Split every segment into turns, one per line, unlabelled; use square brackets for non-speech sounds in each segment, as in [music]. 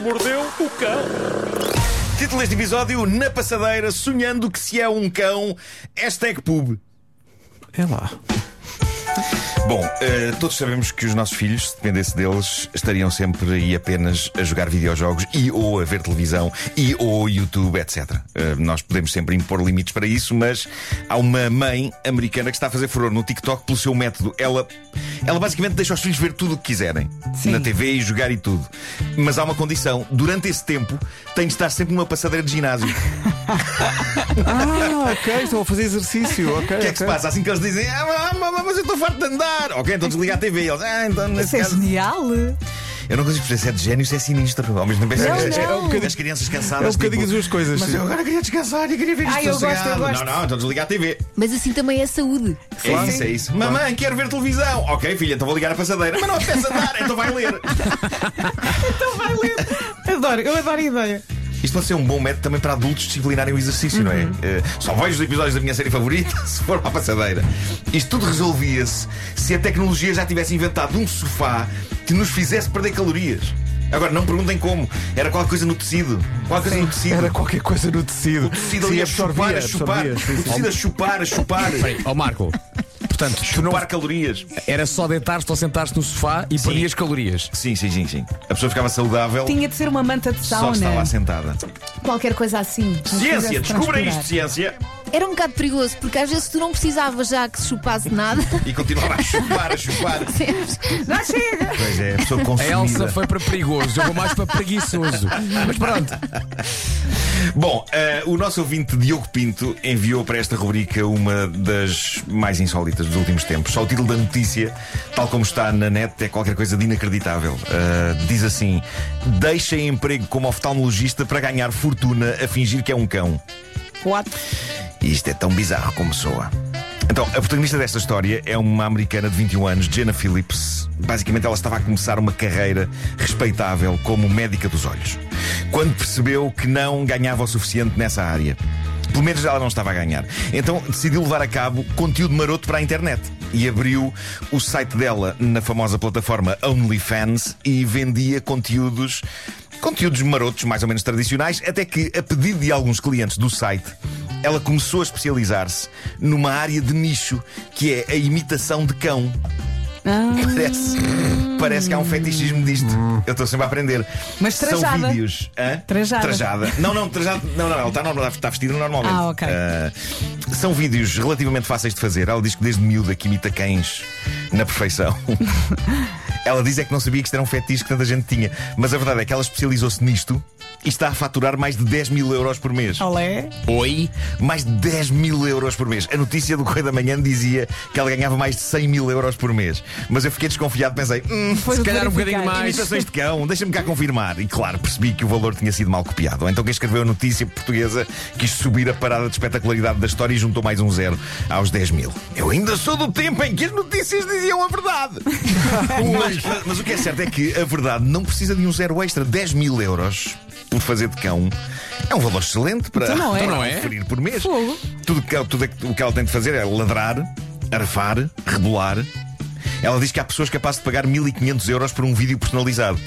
mordeu o cão.
Título deste episódio: Na Passadeira, sonhando que se é um cão. Hashtag pub.
É lá.
Bom, eh, todos sabemos que os nossos filhos, se dependesse deles, estariam sempre e apenas a jogar videojogos e ou a ver televisão e ou YouTube, etc. Eh, nós podemos sempre impor limites para isso, mas há uma mãe americana que está a fazer furor no TikTok pelo seu método. Ela, ela basicamente deixa os filhos ver tudo o que quiserem na TV e jogar e tudo. Mas há uma condição: durante esse tempo tem de estar sempre numa passadeira de ginásio. O
Ah, ok, estão a fazer exercício. Ok.
que é que se passa? Assim que eles dizem, ah, mas- mas eu estou farto de andar. Ok, então desliga a TV. Eles, ah, então nesse
Isso é
caso.
genial.
um
Eu não consigo perceber se é de gênio se é sinistro. Ao mesmo tempo, é,
Não,
é- é-
não.
é um bocadinho- as crianças cansadas.
É um bocadinho
tipo,
as duas coisas.
Mas
sim.
eu agora queria descansar e queria ver isto
Ai, eu gosto, eu
sossegado."
gosto.
Não, não, então desliga a TV.
Mas assim também é saúde.
É isso, é isso. Mamãe, quero ver televisão. Ok, filha, então vou ligar a passadeira. Mas não apetece andar, então vai ler.
Adoro, eu adoro a ideia.
Isto pode ser um bom método também para adultos disciplinarem o exercício, não é? Eh, só vejo os episódios da minha série favorita [laughs] se for para a passadeira. Isto tudo resolvia-se se a tecnologia já tivesse inventado um sofá que nos fizesse perder calorias. Agora, não perguntem como. Era qualquer coisa no tecido. Qualquer coisa no tecido.
Era É qualquer coisa no tecido.
tecido ali
Sim,
a chupar, a chupar.
absorvia, sim,
O
sim.
tecido a chupar, a chupar.
Ó Marco, portanto, tu não
Chupar calorias.
era só deitar-te ou sentar-te no sofá e perdias calorias.
Sim, sim, sim, sim. A pessoa ficava saudável.
Tinha de ser uma manta de
Só está lá
sauna.
sentada.
Qualquer coisa assim.
Ciência, descubra
transpirar.
isto, ciência.
Era um bocado perigoso, porque às vezes tu não precisavas já que se chupasse nada. [laughs]
E continuava a chupar, a chupar.
Percebes?
Já chega!
Pois é, a pessoa
A
consumida.
Elsa foi para perigoso, eu vou mais para preguiçoso. Mas pronto,
Bom, eh, o nosso ouvinte Diogo Pinto enviou para esta rubrica uma das mais insólitas dos últimos tempos. Só o título da notícia, tal como está na net, é qualquer coisa de inacreditável. Eh, diz assim: deixem emprego como oftalmologista para ganhar fortuna a fingir que é um cão.
What?
E isto é tão bizarro como soa. Então, a protagonista desta história é uma americana de 21 anos, Jenna Phillips. Basicamente, ela estava a começar uma carreira respeitável como médica dos olhos. Quando percebeu que não ganhava o suficiente nessa área. Pelo menos ela não estava a ganhar. Então decidiu levar a cabo conteúdo maroto para a internet. E abriu o site dela na famosa plataforma OnlyFans e vendia conteúdos. Conteúdos marotos, mais ou menos tradicionais, até que, a pedido de alguns clientes do site, ela começou a especializar-se numa área de nicho que é a imitação de cão.
Ah.
[laughs] Parece, parece que há um fetichismo disto. Eu estou sempre a aprender.
Mas trajada.
São vídeos. hã?
Trajada.
Não, não, trajada. Não, não, ela está, normal, está vestida normalmente.
Ah, ok.
Ah, são vídeos relativamente fáceis de fazer. Ela diz que desde miúda que imita cães na perfeição. Ela diz é que não sabia que isto era um fetiche que tanta gente tinha. Mas a verdade é que ela especializou-se nisto e está a faturar mais de 10 mil euros por mês
Olé.
oi.
mais de 10 mil euros por mês. A notícia do Correio da Manhã dizia que ela ganhava mais de 100 mil euros por mês. Mas eu fiquei desconfiado, pensei, hum,
Foi
Se calhar um
verificar.
bocadinho mais.
imitações de cão, deixa-me cá confirmar. E claro, percebi que o valor tinha sido mal copiado. Ou Então quem escreveu a notícia portuguesa quis subir a parada de espetacularidade da história e juntou mais um zero aos 10 mil. Eu ainda sou do tempo em que as notícias diziam a
[laughs]
verdade. mas, mas- mas o que é certo é que a verdade não precisa de um zero extra. 10 mil euros por fazer de cão é um valor excelente para,
Então não é.
para
Então não é.
conferir por mês.
Fogo.
Tudo, que- tudo o que ela tem de fazer é ladrar, arfar, rebolar. Ela diz que há pessoas capazes de pagar 1500 euros por um vídeo personalizado.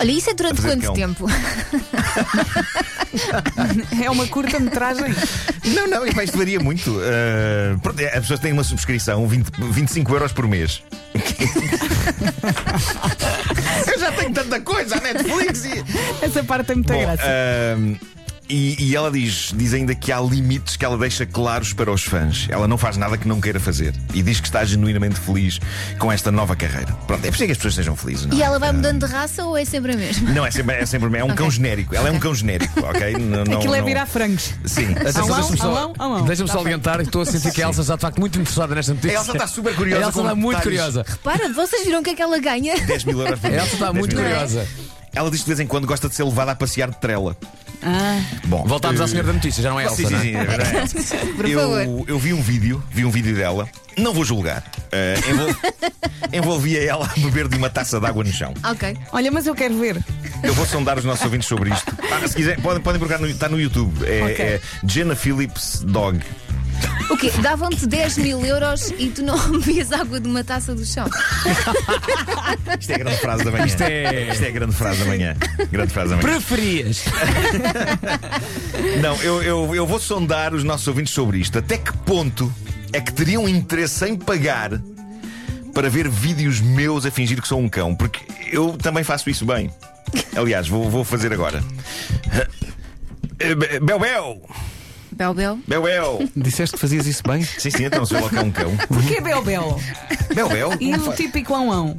Olha, isso é durante
Fazer
quanto
cão. Ah,
tempo?
[laughs] É uma curta-metragem.
[laughs] Não, não, e pá, isto varia muito. [laughs] Uh, pronto, é, as pessoas têm uma subscrição, 20, 25 euros por mês. [laughs] Eu já tenho tanta coisa, a Netflix e.
Essa parte é tem muita
Bom,
graça.
ahm, e, e ela diz, diz ainda que há limites que ela deixa claros para os fãs. Ela não faz nada que não queira fazer. E diz que está genuinamente feliz com esta nova carreira. Pronto, é preciso que as pessoas sejam felizes, não é?
E ela vai mudando de raça ou é sempre a mesma?
Não, é sempre, é sempre
[laughs]
é um cão genérico. Ela é um cão genérico, ok? Não, não,
Aquilo é
não-
virar frangos.
[laughs]
Sim.
Atenção,
Alão,
deixa-me
alão, alão.
só, deixa-me só
Tá bem.
adiantar que estou a sentir que a Elsa está de facto muito interessada nesta
A
notícia.
Elsa está super curiosa.
A Elsa
com
está muito
detalhes.
curiosa.
Repara, vocês viram o que é que ela
[laughs]
ganha?
10 mil euros por
A
mês.
Elsa está
10
muito
mil euros.
curiosa.
Ela diz que de vez em quando gosta de ser levada a passear de trela.
Ah.
Bom,
Voltámos
eh,
à senhora da notícia, já não é
Sim,
Elsa,
sim,
não é?
sim, é verdade.
Por favor.
eu, eu vi um vídeo, vi um vídeo dela, não vou julgar. Eh,
[laughs]
envol- envolvia ela a beber de uma taça de água no chão.
Ok.
Olha, mas eu quero ver.
Eu vou sondar os nossos ouvintes tá sobre isto. Ah, se quiser, podem, podem procurar, no, está no YouTube. É,
Ok.
é Jenna Phillips Dog.
O quê? Davam-te 10 mil euros e tu não [laughs] bebias água de uma taça do chão.
Isto é a grande frase da manhã. Isto
é-
a grande frase da manhã. Grande frase da manhã.
Preferias.
Não, eu, eu, eu vou sondar os nossos ouvintes sobre isto. Até que ponto é que teriam interesse em pagar para ver vídeos meus a fingir que sou um cão? Porque eu também faço isso bem. Aliás, vou, vou fazer agora. Eh, Be- Bel Bel!
Bel Bel.
Bel Bel!
Disseste que fazias isso bem?
Sim, sim, então sou logo um cão.
Porquê Bel Bel?
Bel Bel?
E um o tipo- típico ão-ão?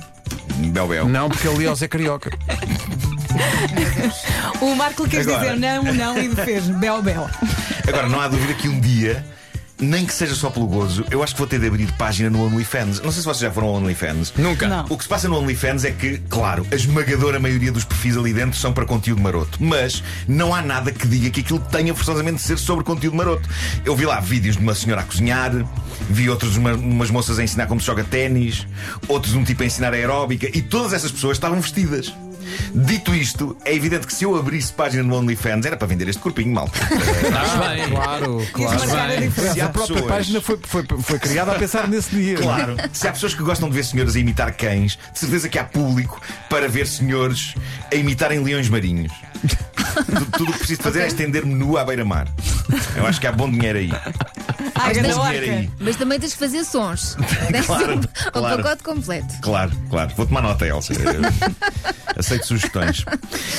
Bel Bel.
Não, porque ali é o Zé Carioca.
O Marco quis
Agora.
dizer não, não e fez Bel Bel.
Agora, não há dúvida que um dia, nem que seja só pelo gozo, eu acho que vou ter de abrir página no OnlyFans. Não sei se vocês já foram ao OnlyFans.
Nunca.
Não.
O que se passa no OnlyFans é que, claro, a esmagadora maioria dos perfis ali dentro são para conteúdo maroto. Mas não há nada que diga que aquilo tenha forçosamente de ser sobre conteúdo maroto. Eu vi lá vídeos de uma senhora a cozinhar, vi outros uma, umas moças a ensinar como se joga ténis, outros um tipo a ensinar aeróbica e todas essas pessoas estavam vestidas. Dito isto, é evidente que se eu abrisse página no OnlyFans era para vender este corpinho, malta.
Estás bem. Claro,
Isso
claro.
marcar a
bem.
diferença.
Se há
a própria
pessoas-
página foi, foi, foi criada a pensar nesse dia.
Claro. Se há pessoas que gostam de ver senhoras a imitar cães, de certeza que há público para ver senhores a imitarem leões marinhos. Tu- Tudo o que preciso fazer é estender-me nu à beira-mar. Eu acho que há bom dinheiro aí.
Ai, grande
Tens dinheiro
orca.
aí.
Mas também tens que fazer sons.
[laughs]
Tens
Claro,
o,
claro.
o pacote completo.
Claro, claro. Vou tomar nota, Elsa. Eu Aceito sugestões.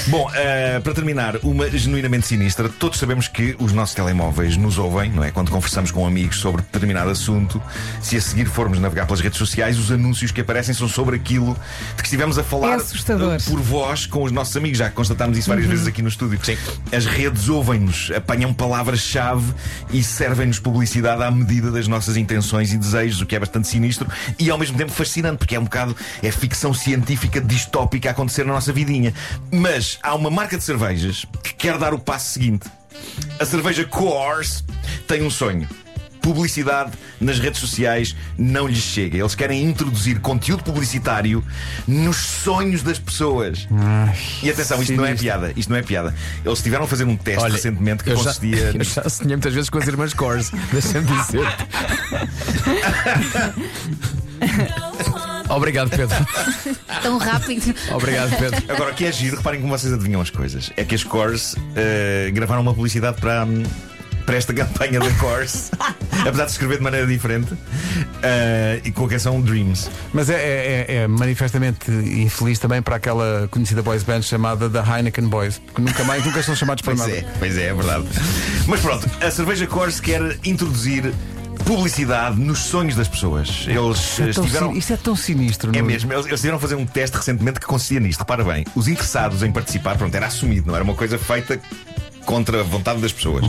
Bom, eh, para terminar, uma genuinamente sinistra. Todos sabemos que os nossos telemóveis nos ouvem, não é? Quando conversamos com amigos sobre determinado assunto, se a seguir formos navegar pelas redes sociais, os anúncios que aparecem são sobre aquilo de que estivemos a falar
É assustador.
eh, por voz com os nossos amigos. Já constatámos isso várias vezes aqui no estúdio. Sim. As redes ouvem-nos, apanham palavras-chave e servem-nos publicidade à medida das nossas intenções e desejos, o que é bastante sinistro e ao mesmo tempo fascinante, porque é um bocado é ficção científica distópica a acontecer na nossa vidinha. Mas há uma marca de cervejas que quer dar o passo seguinte. A cerveja Coors tem um sonho. Publicidade nas redes sociais não lhes chega. Eles querem introduzir conteúdo publicitário nos sonhos das pessoas. E atenção, isto não é
sinistro.
piada. Isto não é piada. Eles tiveram a fazer um teste
Olha,
recentemente que
eu já,
consistia.
[laughs] eu já sonhei muitas vezes com as irmãs Cores. Deixa-me dizer. Obrigado, Pedro.
Tão rápido.
Obrigado, Pedro.
Agora, o que é giro, reparem como vocês adivinham as coisas. É que as Coors eh, gravaram uma publicidade para, hum, para esta campanha da
[laughs]
Coors, apesar de escrever de maneira diferente, eh, e com a canção Dreams.
Mas é, é- é- é manifestamente infeliz também para aquela conhecida boys band chamada The Heineken Boys, porque nunca mais nunca são chamados para
Pois
nada.
é, pois é, é verdade. Mas pronto, a cerveja Coors quer introduzir publicidade nos sonhos das pessoas. Eles eh,
Tão
estiveram.
sin- Isso é tão sinistro,
É
não
mesmo, eles, eles tiveram a fazer um teste recentemente que consistia nisto. Repara bem, os interessados em participar, pronto, era assumido, não era uma coisa feita contra a vontade das pessoas.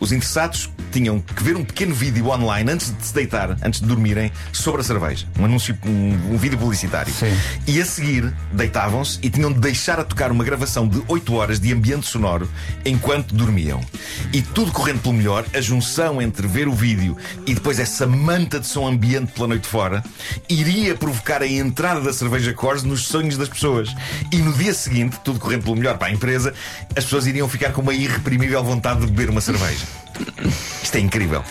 Os interessados tinham que ver um pequeno vídeo online antes de se deitar, antes de dormirem, sobre a cerveja. Um anúncio, um, um vídeo publicitário.
Sim.
E a seguir deitavam-se e tinham de deixar a tocar uma gravação de 8 horas de ambiente sonoro enquanto dormiam. E tudo correndo pelo melhor, a junção entre ver o vídeo e depois essa manta de som ambiente pela noite fora iria provocar a entrada da cerveja Coors nos sonhos das pessoas. E no dia seguinte, tudo correndo pelo melhor para a empresa, as pessoas iriam ficar com uma irreprimível vontade de beber uma cerveja. Isto é incrível.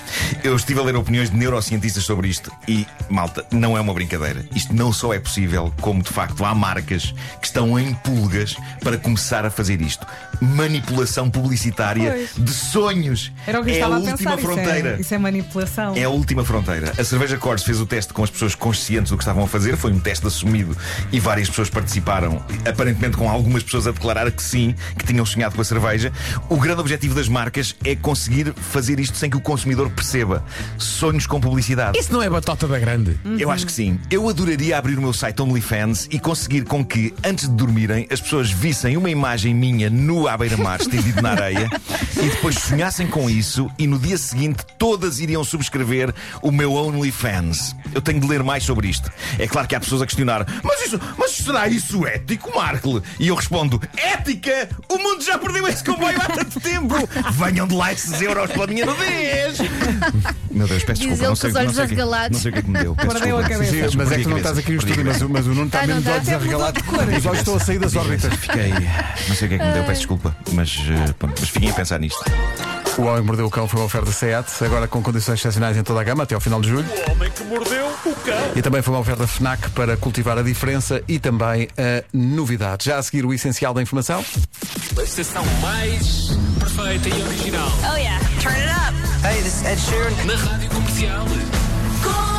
Eu estive a ler opiniões de neurocientistas sobre isto e, malta, não é uma brincadeira. Isto não só é possível, como de facto há marcas que estão em pulgas para começar a fazer isto. Manipulação publicitária
Pois.
de sonhos.
Era o que eu
é
estava
a
a
última
pensar. Isso
fronteira.
é, isso é manipulação.
É a última fronteira. A cerveja Cors fez o teste com as pessoas conscientes do que estavam a fazer, foi um teste assumido e várias pessoas participaram, aparentemente com algumas pessoas a declarar que sim, que tinham sonhado com a cerveja. O grande objetivo das marcas é conseguir fazer isto sem que o consumidor perceba. Sonhos com publicidade.
Isso não é batota da grande.
Eu acho que sim. Eu adoraria abrir o meu site OnlyFans e conseguir com que, antes de dormirem, as pessoas vissem uma imagem minha nua à beira-mar, [laughs] estendido na areia, e depois sonhassem com isso e no dia seguinte todas iriam subscrever o meu OnlyFans. Eu tenho de ler mais sobre isto. É claro que há pessoas a questionar, mas isso, mas será isso ético, Markle? E eu respondo, ética? O mundo já perdeu esse comboio há tanto tempo! Venham de lá esses euros pela minha nudez! Meu Deus, peço
Diz
desculpa.
ele
não
com
sei,
os
não
olhos
sei o que-
arregalados.
não sei o que é que me deu. Peço
Perdeu a
desculpa.
cabeça.
Sim, mas é que
Perdi
tu
a
não estás
cabeça.
aqui no
Perdi a
estúdio, mas,
cabeça.
o- mas o Nuno
Ah,
está
não
mesmo de
dá,
olhos
até mudou
arregalados.
de cor.
Os olhos estão a sair das órbitas.
Fiquei. Não sei o que é que me deu, peço desculpa. Mas, eh, pronto, mas fiquem a pensar nisto.
O Homem que Mordeu o Cão foi uma oferta SEAT, agora com condições excepcionais em toda a gama até ao final de julho.
homem que mordeu o cão.
E também foi uma oferta FNAC para cultivar a diferença e também a novidade. Já a seguir o essencial da informação.
A estação mais perfeita e original
Oh yeah, turn it up.
Hey, this is Ed Sheeran.
na rádio comercial.
Comercial.